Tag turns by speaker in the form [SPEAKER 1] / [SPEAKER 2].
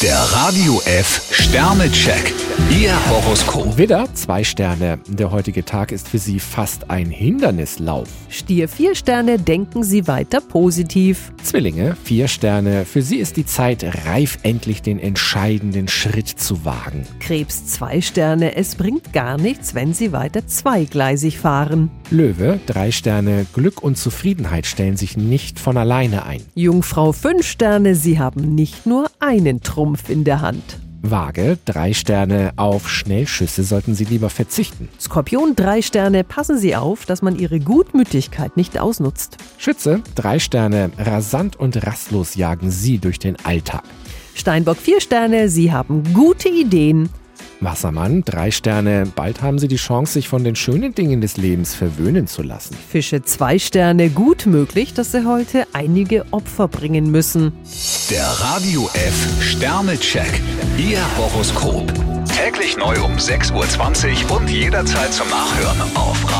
[SPEAKER 1] Der Radio F Sternecheck. Ihr Horoskop.
[SPEAKER 2] Widder, zwei Sterne. Der heutige Tag ist für Sie fast ein Hindernislauf.
[SPEAKER 3] Stier vier Sterne, denken Sie weiter positiv.
[SPEAKER 2] Zwillinge, vier Sterne. Für Sie ist die Zeit reif, endlich den entscheidenden Schritt zu wagen.
[SPEAKER 3] Krebs zwei Sterne, es bringt gar nichts, wenn Sie weiter zweigleisig fahren.
[SPEAKER 2] Löwe, drei Sterne. Glück und Zufriedenheit stellen sich nicht von alleine ein.
[SPEAKER 3] Jungfrau fünf Sterne, Sie haben nicht nur einen Trumpf in der Hand.
[SPEAKER 2] Waage, drei Sterne. Auf Schnellschüsse sollten Sie lieber verzichten.
[SPEAKER 3] Skorpion drei Sterne, passen Sie auf, dass man Ihre Gutmütigkeit nicht ausnutzt.
[SPEAKER 2] Schütze, drei Sterne. Rasant und rastlos jagen Sie durch den Alltag.
[SPEAKER 3] Steinbock vier Sterne, Sie haben gute Ideen.
[SPEAKER 2] Wassermann, drei Sterne. Bald haben Sie die Chance, sich von den schönen Dingen des Lebens verwöhnen zu lassen.
[SPEAKER 3] Fische zwei Sterne, gut möglich, dass Sie heute einige Opfer bringen müssen.
[SPEAKER 1] Der Radio F Sternecheck. Ihr Horoskop. Täglich neu um 6.20 Uhr und jederzeit zum Nachhören auf E.